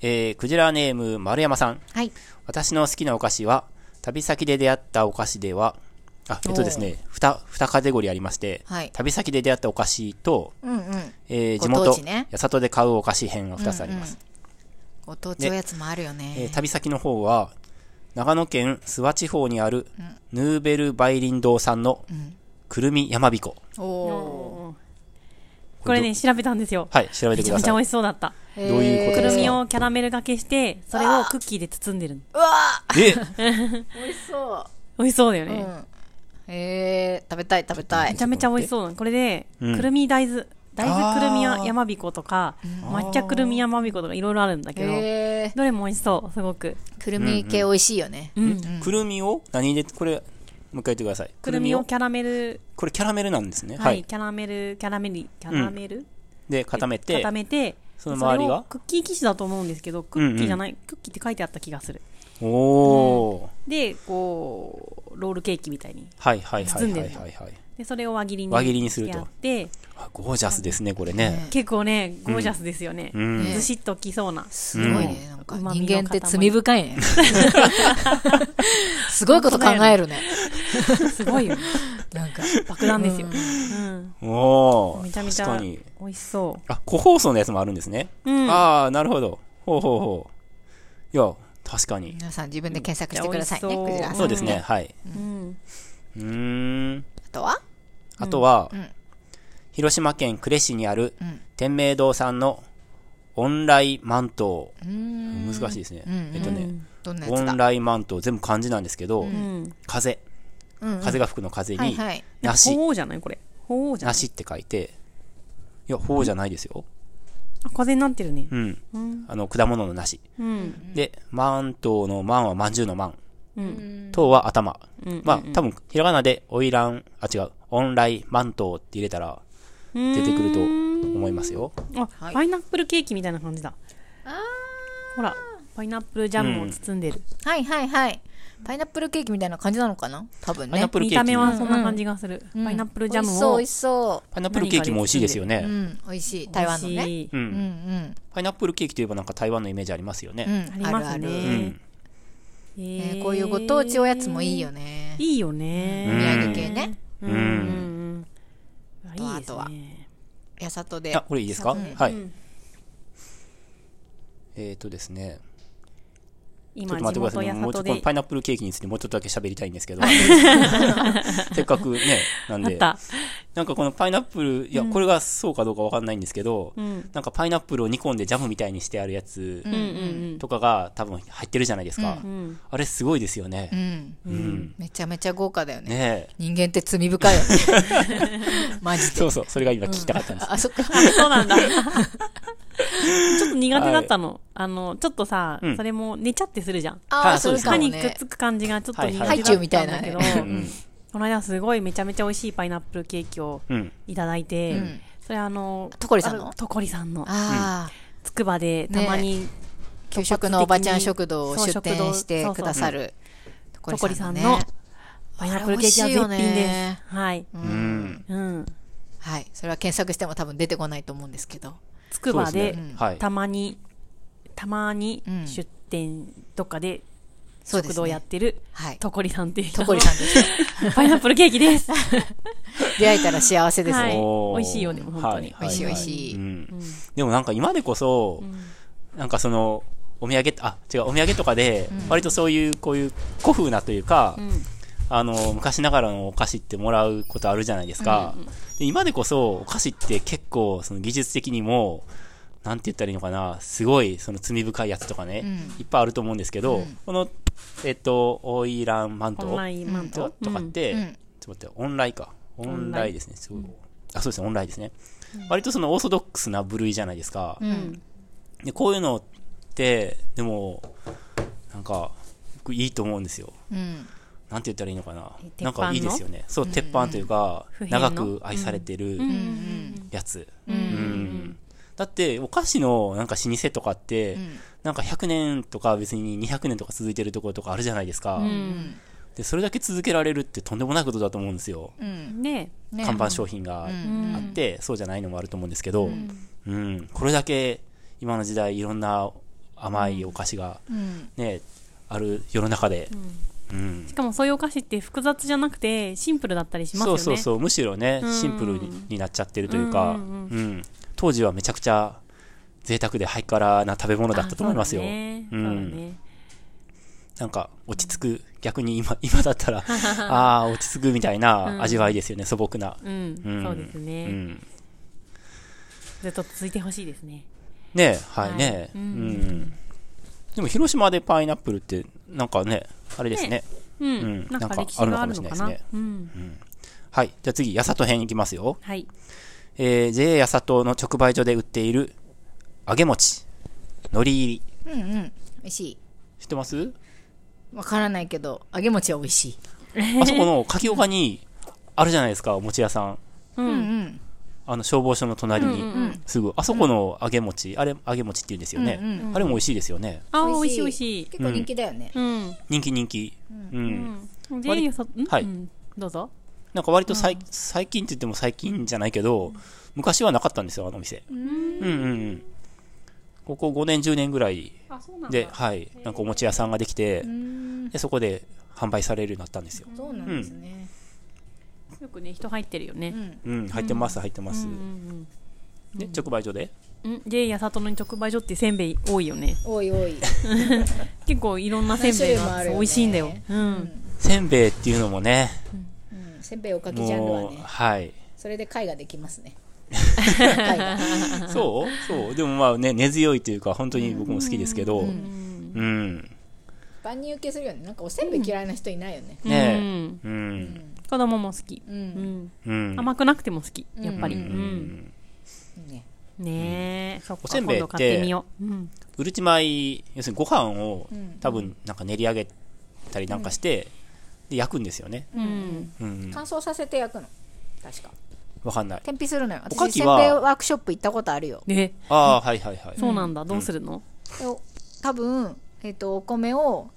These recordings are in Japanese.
えー、クジラネーム丸山さん。はい。私の好きなお菓子は、旅先で出会ったお菓子では、あ、えっとですね、二、二カテゴリーありまして、はい旅先で出会ったお菓子と、うんうん。えー地ご当元、地ね八里で買うお菓子編が二つあります。ご当地おやつもあるよね。えー旅先の方は、長野県諏訪地方にある、ヌーベルバイリン堂さんの、くるみやまびこ。おおこれね、調べたんですよ。はい、調べてめくちゃだめちゃ美さい。味しそうだった。どういうことでくるすみかをキャラメルがけして、それをクッキーで包んでるの。えそ美味しそうだよう。うね。ん。えー、食べたい食べたいめち。ゃめちゃ美味しそうなの。これで、うんくるみ大豆、大豆くるみあやーやまびことか、抹茶くるみやまびことかいろいろあるんだけど、えどれも美味しそう、すごく。ー、くるみ系美味しいよね。うん。くるみを何で、これ、もう一回言ってください。くるみをキャラメル、これキャラメルなんですね。は、はいい。キャラメル、キャラメル、キャラメル、で、固めて固、めて、その周りがそれをクッキー生地だと思うんですけど、クッキーじゃない、クッキーって書いてあった気がする。おー。で、こう、ロールケーキみたいに。はいはいはい包んはでいるはいはい。で、それを輪切りに輪切りにするとやって、あゴージャスですね、これね。結構ね、ゴージャスですよね。うん。ねずしっときそうな。すごいね。なんかうまみの人塊間って罪深い ね。すごいこと考えるね。すごいよね。なんか。爆弾ですよ。うん。おー。めちゃめち確ゃか美に。味しそあ、個包装のやつもあるんですね。う。うん。ああ、なるほど。ほうほうほう。いや、確かに。皆さん自分で検索してくださいね、うんクジラさん。そうですね、はい。うん。うーん。あとはあとはうん、広島県呉市にあるうん、天明堂さんの、オンラインマントうーん。難しいですねうんうん。えっとね、どんなやオつンだラインマント全部漢字なんですけど、うん。風。うんうん風が吹くの風はいに、はい。梨、鳳凰じゃないこれ。鳳凰じゃない梨って書いて、いや、ほうじゃないですよ。あ、風になってるね。うん。うん。あの、果物の梨。うん。で、万頭の万はまんじゅうの万。うん。頭は頭。うんまあ、多分、ひらがなで、おいらん、あ、違う、オンライン万頭って入れたら、出てくると思いますよ。あ、はいパイナップルケーキみたいな感じだ。ほら、パイナップルジャムを包んでる。はいはいはい。パイナップルケーキみたいな感じなのかな多分パイナねッ。プル見ケーたキ。目パはそんな感じがする。パイナップルジャムを美味しそうイナップルケーキも美味しいですよ美味ね。そう。うん、美味しい。台湾の美味ね。しいうん。うんうん。パイナップルケーキといえばなんか台湾のイメージありますようね。ん、ありますね。あるあうるん。えねーこういうご当地おやつもいいよ。ね。いいよお土ね。産系ね。うんん。あいいですねあとはやさとで。あ、これいいですかうんはいうん。えっとですね。ちょっ今、と待って地くださ元いね。やもさうちょっとことので。パイナップルケーキについてもうちょっとだけ喋りたいんですけ ど。せっかくね、なんあっで。た。なんかこのパイナップル、いや、これがそうかどうかわかんないんですけど、うん。なんかパイナップルを煮込んでジャムみたいにしてあるやつうんうんとかが多分入ってるじゃないですか。うん。うんあれすごいですようね。ん。うん。めちゃめちゃ豪華だよね。ねえ。人間って罪深いよね。マジで。そうそう、それが今聞きたかったんです。あ、そっか。そうなんだ。ちょっと苦手だったの。あの、ちょっとさうん、それも寝ちゃってするじゃん。あはあ、いそうでそうすか歯もにくっね。つく感じがちょっと苦手だはっいはいハたんだけどイチュウみたいなね、うんこの間すごいめちゃめちゃ美味しいパイナップルケーキをうん。いただいて、うんそれあの、とこりさんのあるとこりさんの、ああ、つくばでたまに、給食のおばちゃん食堂を出店してくださる。とこりさんねの、パイナップルケーキは絶品です。はい。ううんん。うん。はい。それは検索しても多分出てこないと思うんですけど。つくばそうで、すねはい。たまに、たまにうん出店、どっかでそうですね食堂やってる、はい。とこりさんっていう人とのこりさんですね。パイナップルケーキです。出会えたら幸せですはね。いおー美味しいよね本当にはは美味しいは美味しいうんでもなんか今でこそ、なんかその、お土産、あ、違う、お土産とかで、割とそういう、こういう古風なというか、あの、昔ながらのお菓子ってもらうことあるじゃないですか。で今でこそ、お菓子って結構、その技術的にも、なんて言ったらいいのかな、すごい、その罪深いやつとかね、いっぱいあると思うんですけど、この、えっと、オイランマントオンラインマント。とかって、うんちょっと待って、オンラインか。オンラインですね。すごい。あ、そうですね、オンラインですね。割とそのオーソドックスな部類じゃないですか。うん。で、こういうのって、でも、なんか、僕いいと思うんですよ。うん。なんて言ったらいいのかなえ。鉄板なんかいいですよね。そう、鉄板というか、不変の長く愛されてるうん。やつ。う。うんん。だって、お菓子のなんか老舗とかって、なんか100年とか別に200年とか続いてるところとかあるじゃないですか。うん。で、それだけ続けられるってとんでもないことだと思うんですよ。うん。ねね看板商品がうんあって、そうじゃないのもあると思うんですけど、うんこれだけ今の時代いろんな甘いお菓子がね、ある世の中で、うんしかもそういうお菓子って複雑じゃなくてシンプルだったりしますそようねそうそうむしろねうんシンプルになっちゃってるというか、ううんんうん当時はめちゃくちゃ贅沢でハイカラな食べ物だったと思いますよ、あそうだねうんそうだねなんか落ち着く逆に今今だ ったらああ落ち着くみたいな味わいですよね、素朴な、うん、うんそうですうね、ん、ずっと続いてほしいですねねはい、はいねううんん、でも広島でパイナップルってなんかねあれですねねうん、うんななんかんか歴史があるのかなあるのかもしれないですねうんはいじゃあ次八里編いきますよ、はいえー、JA 八里の直売所で売っている揚げ餅海苔入りうんうん美味しい知ってますわからないけど揚げ餅は美味しいあそこの柿岡にあるじゃないですか、お餅屋さん。うんうんあの、消防署の隣うんに。うんうんすぐ。あそこの揚げ餅、あれ、揚げ餅って言うんですよね。うんあれも美味しいですよね。あー美味しい美味しい結構人気だよねうん人気人気。うん。うんジェイユさん、はいうんどうぞなんか割とさい、最近って言っても最近じゃないけど、昔はなかったんですよ、あの店。うんうんうん。ここ5年、10年ぐらいあそうなんで、はい。なんかお餅屋さんができてう、んで、そこで販売されるようになったんですよ。そうなんですねよくね人入ってるよねう、んうん、入ってます、入ってますうん。うんね、直売所で。うんうん、ジェイヤサトの直売所ってせんべい多いよねおいおい結構いろんなせんべ何種い類もがあるよね美味しいんだよ、うん、せんべいっていうのもね、うんせんべいおかきジャンルもはう、ねはい。それで貝ができ ますね貝がそうそう。でもまあね、根強いというか、本当に僕も好きですけど、うん。万人受けするよねなんかおせんべい嫌いな人いないよねねうんえ。うん。子供も好き、ううんん、うん。甘くなくても好きやっぱり、ううんんいいねねえ、そっおかせんべいっ今て度買ってみよう、うんうるち米、要するにご飯をうん多分なんか練り上げたりなんかして、で、焼くんですよね。うん、うん。乾燥させて焼くの確かわかんない。天日するのよおか私せきんべいはワークショップ行ったことあるよえああ、はいはいはい。そうなんだ、どうするのでお多分、えっとお米を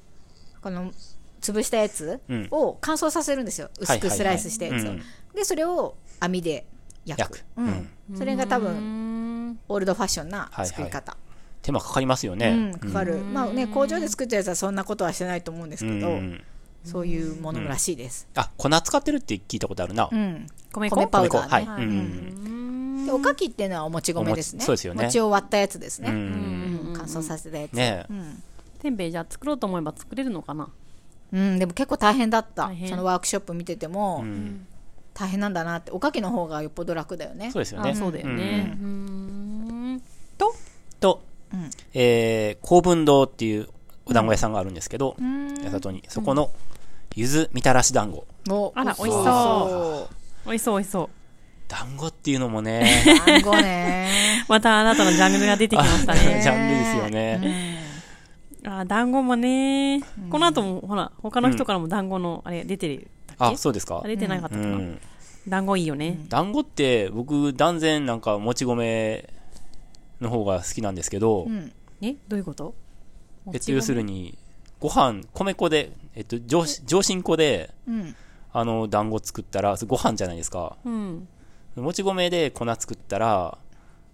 この潰したやつうんを乾燥させるんですよ、はい薄くスライスしたやつを、はいはいでそれを網で焼焼くく。ううんん。それが多う分んオールドファッションなはいはい作り方、手間かかりますよね。うん、かかる、まあね工場で作ったやつはそんなことはしてないと思うんですうんけうど、ん。そういうものらしいです、あ、粉使ってるって聞いたことあるなう。ん米粉米パウ米粉ダはーい。ね、うんうん。でおかきっていうのはおもち米ですおね餅そうですよね餅を割ったやつですね、う。うんん乾燥させたやつ、ねうえ。んせんべいじゃあ作ろうと思えば作れるのかなうん、でも結構大変だった大変そのワークショップ見てても、うん。大変なんだなっておかきの方がよっぽど楽だよねそうですよあね。そうだよねうーんとと、うんえー、公文堂っていうお団子屋さんがあるんですけど、八里に、そこの、ゆずみたらし団子。おあら美味しそそ美味しそう美味しそう団子っていうのもね、う団子ねまた新たなジャンルが出てきましたね ジャンルですよね。あー団子もねこの後もほら他の人からも団子のあれ出てるだっけあ、そうですかあ。れ出てなかったう。かなん団子いいよね団子って、僕、断然なんか、もち米の方が好きなんですけどう、んえどういうことえっと、要するに、ご飯、米粉で、えっと、上し上新粉で、うんあの、団子作ったら、ご飯じゃないですか。うんもち米で粉作ったら、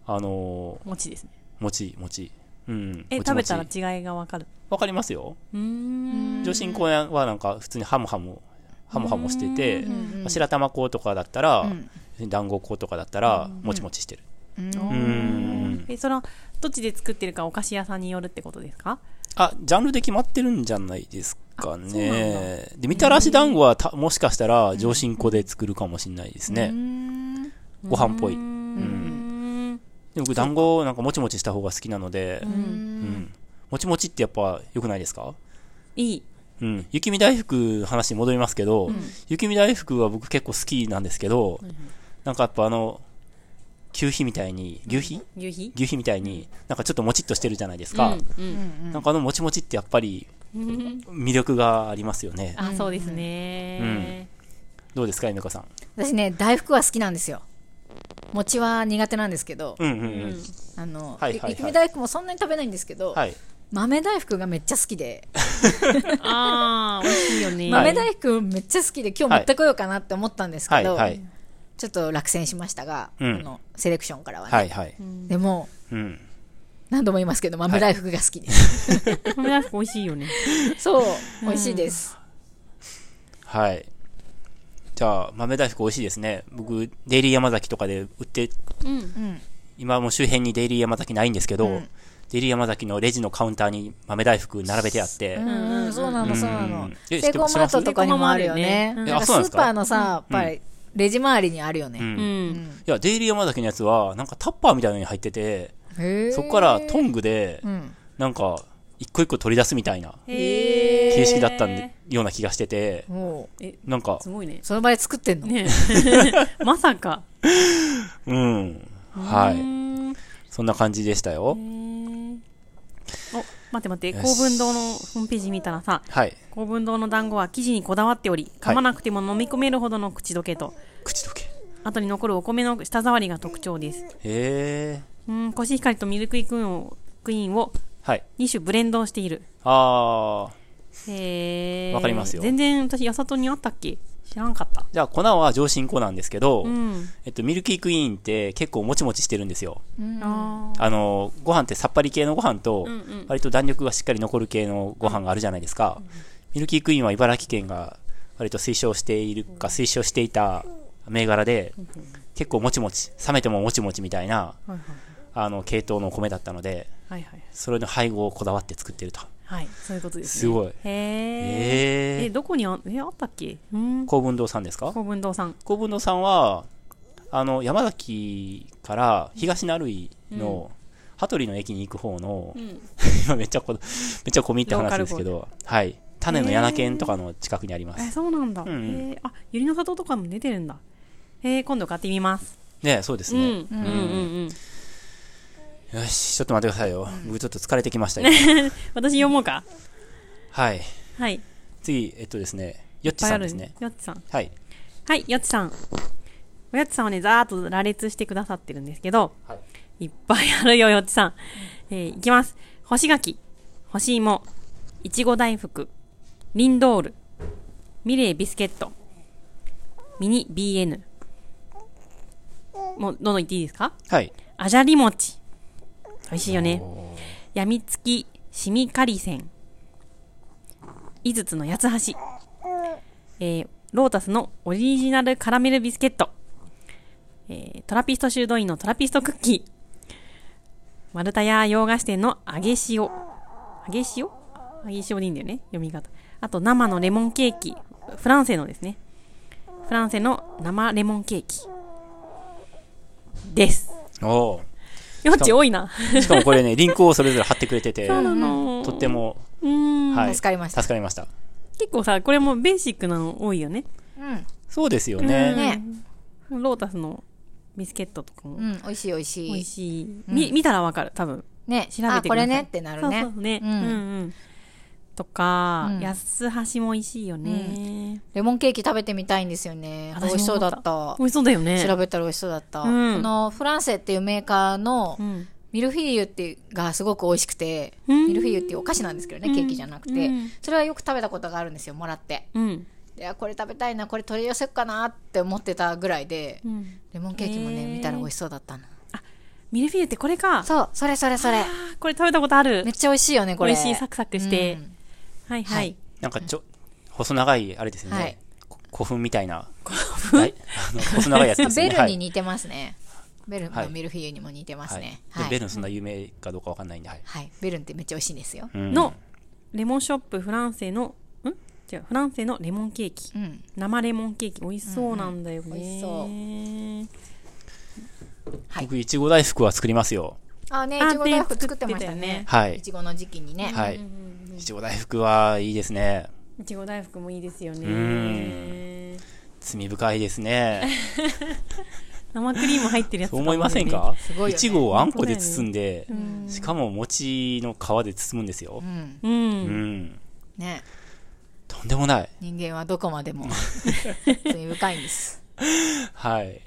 あの餅ですねー、もち、もち。うん。えもち食もべちたら違いがわかるわかりますよ。うーん女子公園はなんか普通にハムハム、ハムハムしてて、んまあ白玉粉とかだったら、うん団子粉とかだったら、もちもちしてる。うんうーん。えそれはどっちで作ってるかお菓子屋さんによるってことですかあ、ジャンルで決まってるんじゃないですかね。で、みたらし団子はたもしかしたら上新粉で作るかもしれないですね。ご飯っぽい。うんで僕団子なんかもちもちした方が好きなので、ううんん。もちもちってやっぱ良くないですかいいうん、雪見大福話に戻りますけど、雪見大福は僕結構好きなんですけど、なんかやっぱあの求肥みたいに牛皮牛皮牛皮みたいになんかちょっともちっとしてるじゃないですか、うんうんなんかあのもちもちってやっぱり魅力がありますよねあそうですねどうですかゆめこさん私ね大福は好きなんですよ餅は苦手なんですけど、うんうんうん、あの、はいはいはい雪見大福もそんなに食べないんですけど、はい豆大福がめっちゃ好きで、ああ美味しいよね豆大福めっちゃ好きで今日持ってこようかなって思ったんですはけいど、はいちょっと落選しましたが、うんあのセレクションからはね、はいはいでもうん何度も言いますけど豆大福が好きです、豆大福美味しいよね。そう美味しいです、はい。じゃあ、豆大福美味しいですね。僕、デイリー山崎とかで売って、うん。うん今もう周辺にデイリー山崎ないんですけど、うんデイリー山崎のレジのカウンターに豆大福並べてあって、うんうん、そうなうの、んそうなの。セえイコーマートとかにもあるよね。知ってますなんかあスそうなんでーすかパーのさ、うんやっぱり、レジ周りにあるようね。んういん。や、デイリー山崎のやつは、なんかタッパーみたいなのに入ってて、へーそこからトングでう、ん。なんか、一個一個取り出すみたいなへー形式だったんで、。ような気がしてて、もえ、なんかす、ごいねう、。その場で作ってん の。ねまさか。うん。はうーい。んそんな感じでしたよへ。ーお、待って待って、公文堂のホームページ見たらさ、はい。公文堂の団子は生地にこだわっており、噛まなくても飲み込めるほどの口どけと、口どけ。後に残るお米の舌触りが特徴です。へえ。うん、コシヒカリとミルクイクイーンをクイーンをはい。 2種ブレンドしている。あー。へーわかりますよ全然私、八里にあったっけ知らんかった。じゃあ、粉は上新粉なんですけど、うん。えっと、ミルキークイーンって結構もちもちしてるんですよ。あーあの、ご飯ってさっぱり系のご飯と、うんうん割と弾力がしっかり残る系のご飯があるじゃないですか。ミルキークイーンは茨城県が割と推奨しているか推奨していた銘柄で、結構もちもち、冷めてももちもちみたいな、はいあの、系統のお米だったので、はいはい。それの配合をこだわって作ってると。はい、そういうことです、ね。すごい。へえ。ええ、ー。どこにあ、え、あったっけうん。公文堂さんですか公文堂さん。公文堂さんはあの山崎から東成井の、羽鳥の駅に行く方の、ん 今めっちゃこめっちゃ込み入った話ですけロど、はい、種の柳県とかの近くにありまえ、す。そうなんだ。うんうんへえ。あ、ゆりの里とかも出てるんだ。へえ、今度買ってみます。ね、そうですうん。ね、うんうんうん。よし、ちょっと待ってくださいよ。僕ちょっと疲れてき ましたよ。私読もうか。はい。はい。いっ次、えっとですね、よっちぱいさあんるですんねね。。よっちさん。はい。はい、よっちさん。おやつさんはね、ざーっと羅列してくださってるんですけど、、はいっぱいあるよ、よっちさん。えーいきます。干し柿、干し芋、いちご大福、リンドール、ミレービスケット、ミニ BN。もう、どんどん言っていいですかはい。あじゃり餅。美味しいよね。やみつき、しみかりせん。いつつの八つ橋。えー、ロータスのオリジナルカラメルビスケット。えー、トラピスト修道院のトラピストクッキー。丸太屋洋菓子店の揚げ塩。揚げ塩揚げ塩でいいんだよね。読み方。あと、生のレモンケーキ。フランセのですね。フランセの生レモンケーキ。です。およっち多いな。ーしかもこれね、リンクをそれぞれ貼ってくれて て、あのとっても、うーんはい。助かりました助かりました。結構さ、これもベーシックなの多いよね。うん。そうですようんね。ね。ロータスのビスケットとかもうん。美味しい、美味美味しい。しい。み見たらわかる、多分。ね。調べてくださいあ、これねってなるそうねそ。うね。ううんんうん。とかう、ん安橋も美味しいよね。レモンケーキ食べてみたいんですよね。私も美味しそうだった。美味しそうだよね。調べたら美味しそうだった。こうんのフランセっていうメーカーのうん。ミルフィーユっていうがすごく美味しくて、うんミルフィーユっていうお菓子なんですけどね、ケーキじゃなくてうん。それはよく食べたことがあるんですよ、もらって。うん。いやこれ食べたいなこれ取り寄せっかなって思ってたぐらいで、うんレモンケーキもね、へー見たら美味しそうだったなミルフィーユってこれか。そうそれそれそ れあーこれ食べたことあるめっ。ちゃ美味しいよねこ美れ味しい、サクサクしてう。んはいははいい。なんかちょ、細長い、あれですよね。はいこ古墳みたいな。古墳、はい、あの細長いやつですよ ベね。ルに似てますね、ベルはいのミルフィーユにも似てますはいはいねではい、ベルンそんな有名かどうかわかんないんで、はい。はいベルンってめっちゃ美味しいんですようんの、レモンショップフランセの、ん違う、フランセのレモンケーキう。ん生レモンケーキ美味しそうなんだよね、うんうん美味しそはい僕、いちご大福は作りますよ。あねあいちご大福作ってましたねねはいい。ちごの時期にね、はい。いちご大福はいいですね。いちご大福もいいですよんね罪深いです ね。生クリーム入ってるやつそとうもね思いませんかすごいよねいちごをあんこで包んで、しかも餅の皮で包むんですよう。んううんん。ねとんでもない。人間はどこまで も 罪深いんですはい。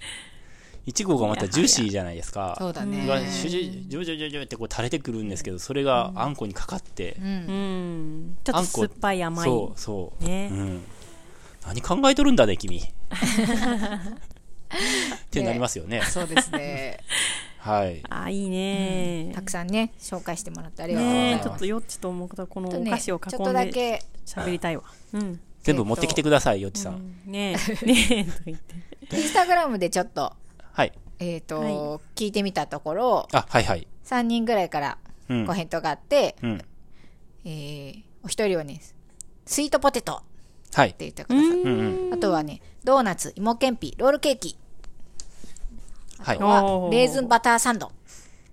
いちごがまたジューシーじゃないですか。そうだねうわシュジュジュジュジュジュってこう垂れてくるんですけど、それがあんこにかかって、うんうんちょっと酸っぱい甘いそうそう、ねうん、何考えとるんだ ね君ってなりますよねそうですねはい。あーいいねたくさんね紹介してもらってありがとうございねまえすちょっとよっちと思うとこのちょっとおね菓子をち囲ょっとんだでけ喋りたいわうん全部持ってきてください、よっちさん。ねえねえとか言ってインスタグラムでちょっとはい。えっはと聞いてみたところあ、はいはい。 3人ぐらいからうんご。返答があってうん。えーお一人はねスイートポテトっはい。て言ってくうださっんうんたあとはねドーナツ芋けんぴロールケーキはい。はおーレーズンバターサンドってい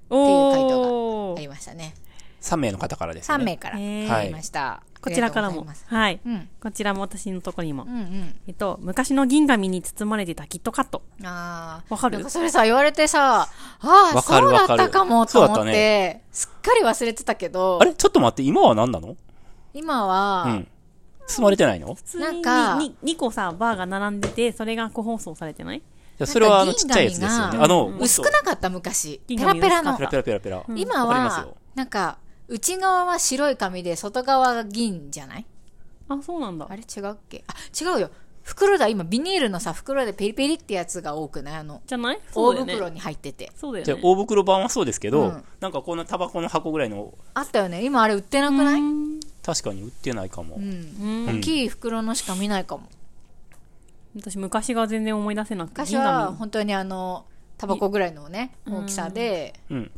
う回答おあーりましたね3名の方からですね。 3名からへーありましたこちらかあらもりがとうございますはいうんこちらも私のとこにもうんえっと昔の銀紙に包まれてたキットカットうんああわかるなんかそれさ言われてさああわかるそうだっわかたるかもとそうだ思っったてねすっかり忘れてたけどあれちょっと待って、今は何なの今うはん。包まれてないの普通なんにかにに2個さバーが並んでてそれが個包装されてないいやそれはあの銀ちっ紙ちゃいやつですよね。があの、薄くなかった昔ペ銀ラ紙ペラ薄のかペラペラペラペラ。今わかりますはよなんか内側は白い紙で外側が銀じゃないあそうなんだあれ違うっけあ違うよ袋だ今ビニールのさ袋でペリペリってやつが多くないあのじゃないそ大うだよね袋に入っててそうだよじゃあね大袋版はそうですけど、うんなんかこのタバコの箱ぐらいの、あったよね今あれ売ってなくないううん確かに売ってないかも。うんうん大きい袋のしか見ないかも私昔が全然思い出せなくて昔は本当にあのタバコぐらいのね大きさでうん。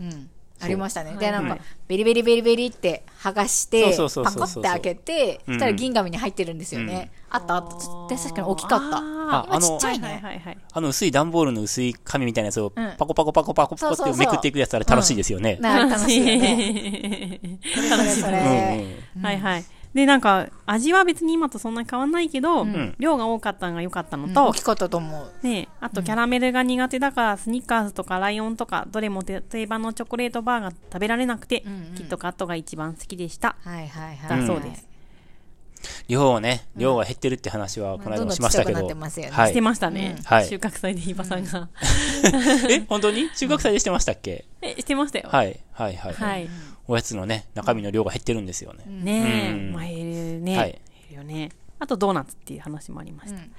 うんありましたねそうでなんはかいベリベリベリベリって剥がしてそうそうそうパそうコって開けてうんそしたら銀紙に入ってるんですよねあったあったで確かに大きかったああ今ちっちゃいーはいねはいはいあの薄い段ボールの薄い紙みたいなやつをうんパコパコパコパコパコそうっそてうめそうくっていくやつあれ楽しいですよね。な楽しいようねそれそんれう はいはいでなんか味は別に今とそんなに変わんないけど、ん量が多かったのが良かったの大と、きかったと思うね、あとキャラメルが苦手だからスニッカーズとかライオンとかどれもて定番のチョコレートバーが食べられなくて、んうんキットカットが一番好きでしたはいはいはい、だそうです、ん量をね、量が減ってるって話はこの間もしましたけどど。んどんちっちゃくなってますよねはしてい。ましたね、はい収穫祭で伊庭さんが、え、本当に中学祭でしてましたっけ、えしてましたよはい、はい、はい。はいおやつのね、中身の量が減ってるんですよね。ねえ、うんまあ減るね、はい減るよねあとドーナツっていう話もありました、うん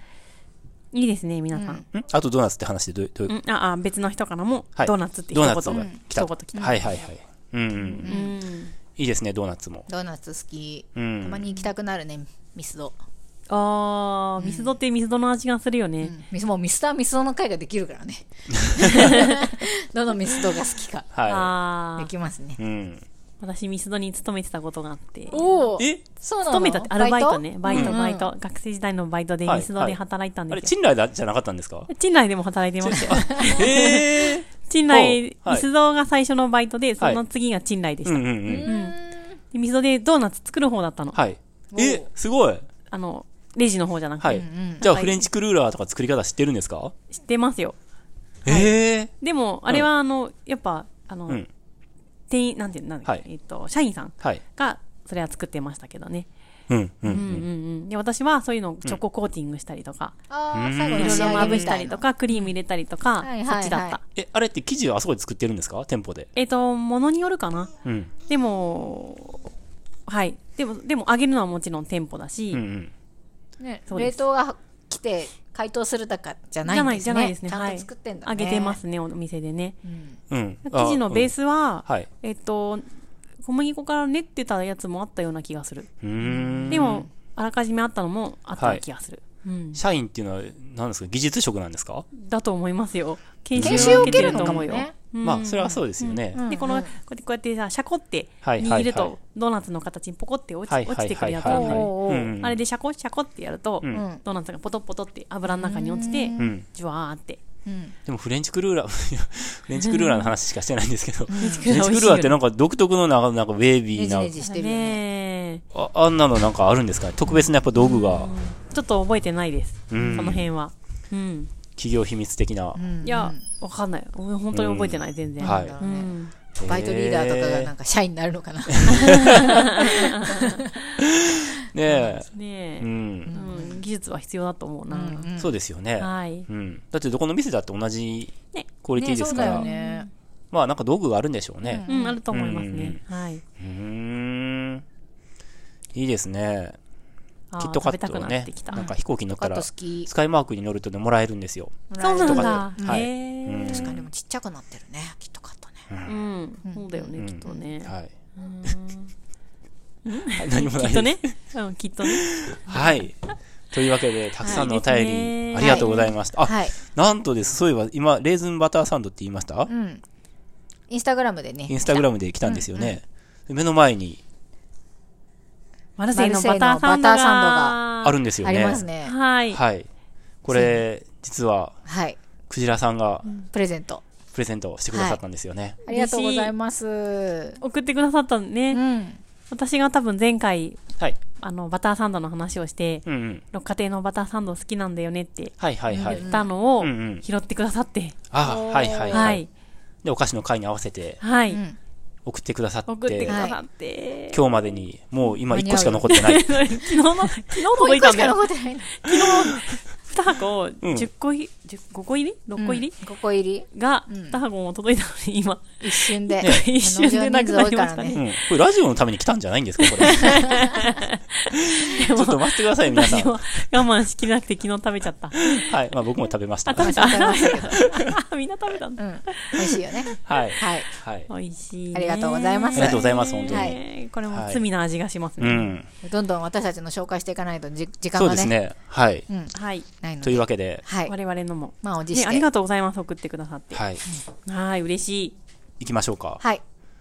いいですね皆さん、んあとドーナツって話でどうどううんああ別の人からもはいドーナツって一ド言、ーナツが来た。一言来たはいはいはい。うん、うん。うんいいですね、ドーナツも。ドーナツ好き、うんたまに行きたくなるねミスド、あーミスドってミスドの味がするよね、ミスもうミスターミスドの会ができるからねどのミスドが好きかはあであきますねい。うん。私ミスドに勤めてたことがあっておおえそうなの勤めたってアルバイトねバイトうんバイト、学生時代のバイトではいミスドで働いたんあれ、ですよ、チンライダーじゃなかったんですか賃内でも働いてましたよ。ええ賃内、はいミスドが最初のバイトで、その次が賃内でしうた。んうんうん。でミスドでドーナツ作る方だったの。はい。おえ、すごい。あの、レジの方じゃなくて、はい。じゃあ、フレンチクルーラーとか作り方知ってるんですか知ってますよ。ええ。でも、あれはあの、やっぱ、あの、うん。店員、なんていうのなんだっけ、はえっと、社員さんはい。が、それは作ってましたけどね。うんううんん。うんうん。で、私はそういうのをチョココーティングしたりとか、あー最後いにろい仕ろま上ぶげしみたたりいとなか、クリーム入れたりとか、はいはいそはいっちだった。え、あれって生地はあそこで作ってるんですか店舗で。えっと、ものによるかな。うん。でも、はい。でも、でも、揚げるのはもちろん店舗だし、うんうん。ねそうで冷す凍が来て解凍するだかじゃないんですねじゃないですね。ちゃはんいと作ってんだね、揚げてますね、お店でね。うん、うん。生地のベース。スは、うんはいえっと、小麦粉から練ってたやつもあったような気がする。うーん。でも、あらかじめあったのもあった気がする。うん。社員っていうのは、何ですか技術職なんですかだと思いますよ。研研修修をを受受けけてるるとのか思もうよ。ねうんまあ、それはそうですよね。で、この、こうやって、こうやってさ、シャコってはいはいはい握ると、ドーナツの形にポコって落はいちはい落ちてくはるいやつはいあるはい。のようんうんあれでシャコシャコってやると、んうんドーナツがポトポトって油の中に落ちて、んジュワーって。うんでもフレンチクルーラー、 いやフレンチクルーラーの話しかしてないんですけど、フレンチククルーラールーラーってなんか独特のなんかなんかウェービーねじな、ねじしてるよねねえああんなのなんかあるんですかね特別なやっぱ道具が、ちょっと覚えてないです。そんの辺は。うん。企業秘密的な。いや、わかんない。俺本当に覚えてない、全然。はいなんだうろうねん。バイトリーダーとかがなんか。か社員になるのかな、ねねえ。えう。ん。うん技術は必要だと思うな。そうですよね。はい。うん。だってどこの店だって同じねクオリティですかねら、そうだよねまあなんか道具があるんでしょうね。うん、あると思いますね。はい。うーん。いいですね。あーキットカット食をべたくなねってき、た。なんか飛行機に乗ったカッら、ト好きスカイマークに乗るとね、もらえるんですよ。そうなんとかだ。はいへうん確かにでもちっちゃくなってるねきっとカットねうんうんそうだようねんきっとねはい。うんはい 何もないできすっとねうんきっとねはい。というわけで、たくさんのお便はいですり、ねありがとうございました。あ、はいなんとです、そういえば今、レーズンバターサンドって言いましたうんインスタグラムでねインスタグラムで来たんですよね。目の前にマルセイのバターサマルセイのバンドターサがあるんですよあね。りますねはいはい。これ、実は、はいクジラさんがプレゼントプレゼントしてくださったんですよね。ありがとうございます送ってくださったのねうん私が多分前回はい。あのバターサンドの話をしてうんうん。六花亭のバターサンド好きなんだよねってはいはいはい。言ったのをうんうん拾ってくださってあはいはいははいい。で、お菓子の会に合わせてはういん送ってくださって、送ってく今ださって日までに、もう今1個しか残ってない。昨日の 昨日もう届一いた個んしだかよ残ってないな2箱を10個入り10 5個入り6個入りうんここ入りがうん2箱も届いたのに 今一瞬で一瞬でなくなりました農場人数多いねからうん。これラジオのために来たんじゃないんですかこれ。ちょっと待ってください、皆さん私。は我慢しきれなくて昨日食べちゃったはい。まあ僕も食べました。あは食べた食べましたけみんな食べたんだ うん美味しいよねい。はいはい。美味しいねありがとうございまあすりがとうございます本当にはいこれも罪な味がしますうねん。どんどん私たちの紹介していかないとじ時間そうがでねすね。はい。うんはいないのといでうわけで、はい我々のも満を持しねてありがとうございます送ってくださってはい。はい嬉しい行きましょうか。はい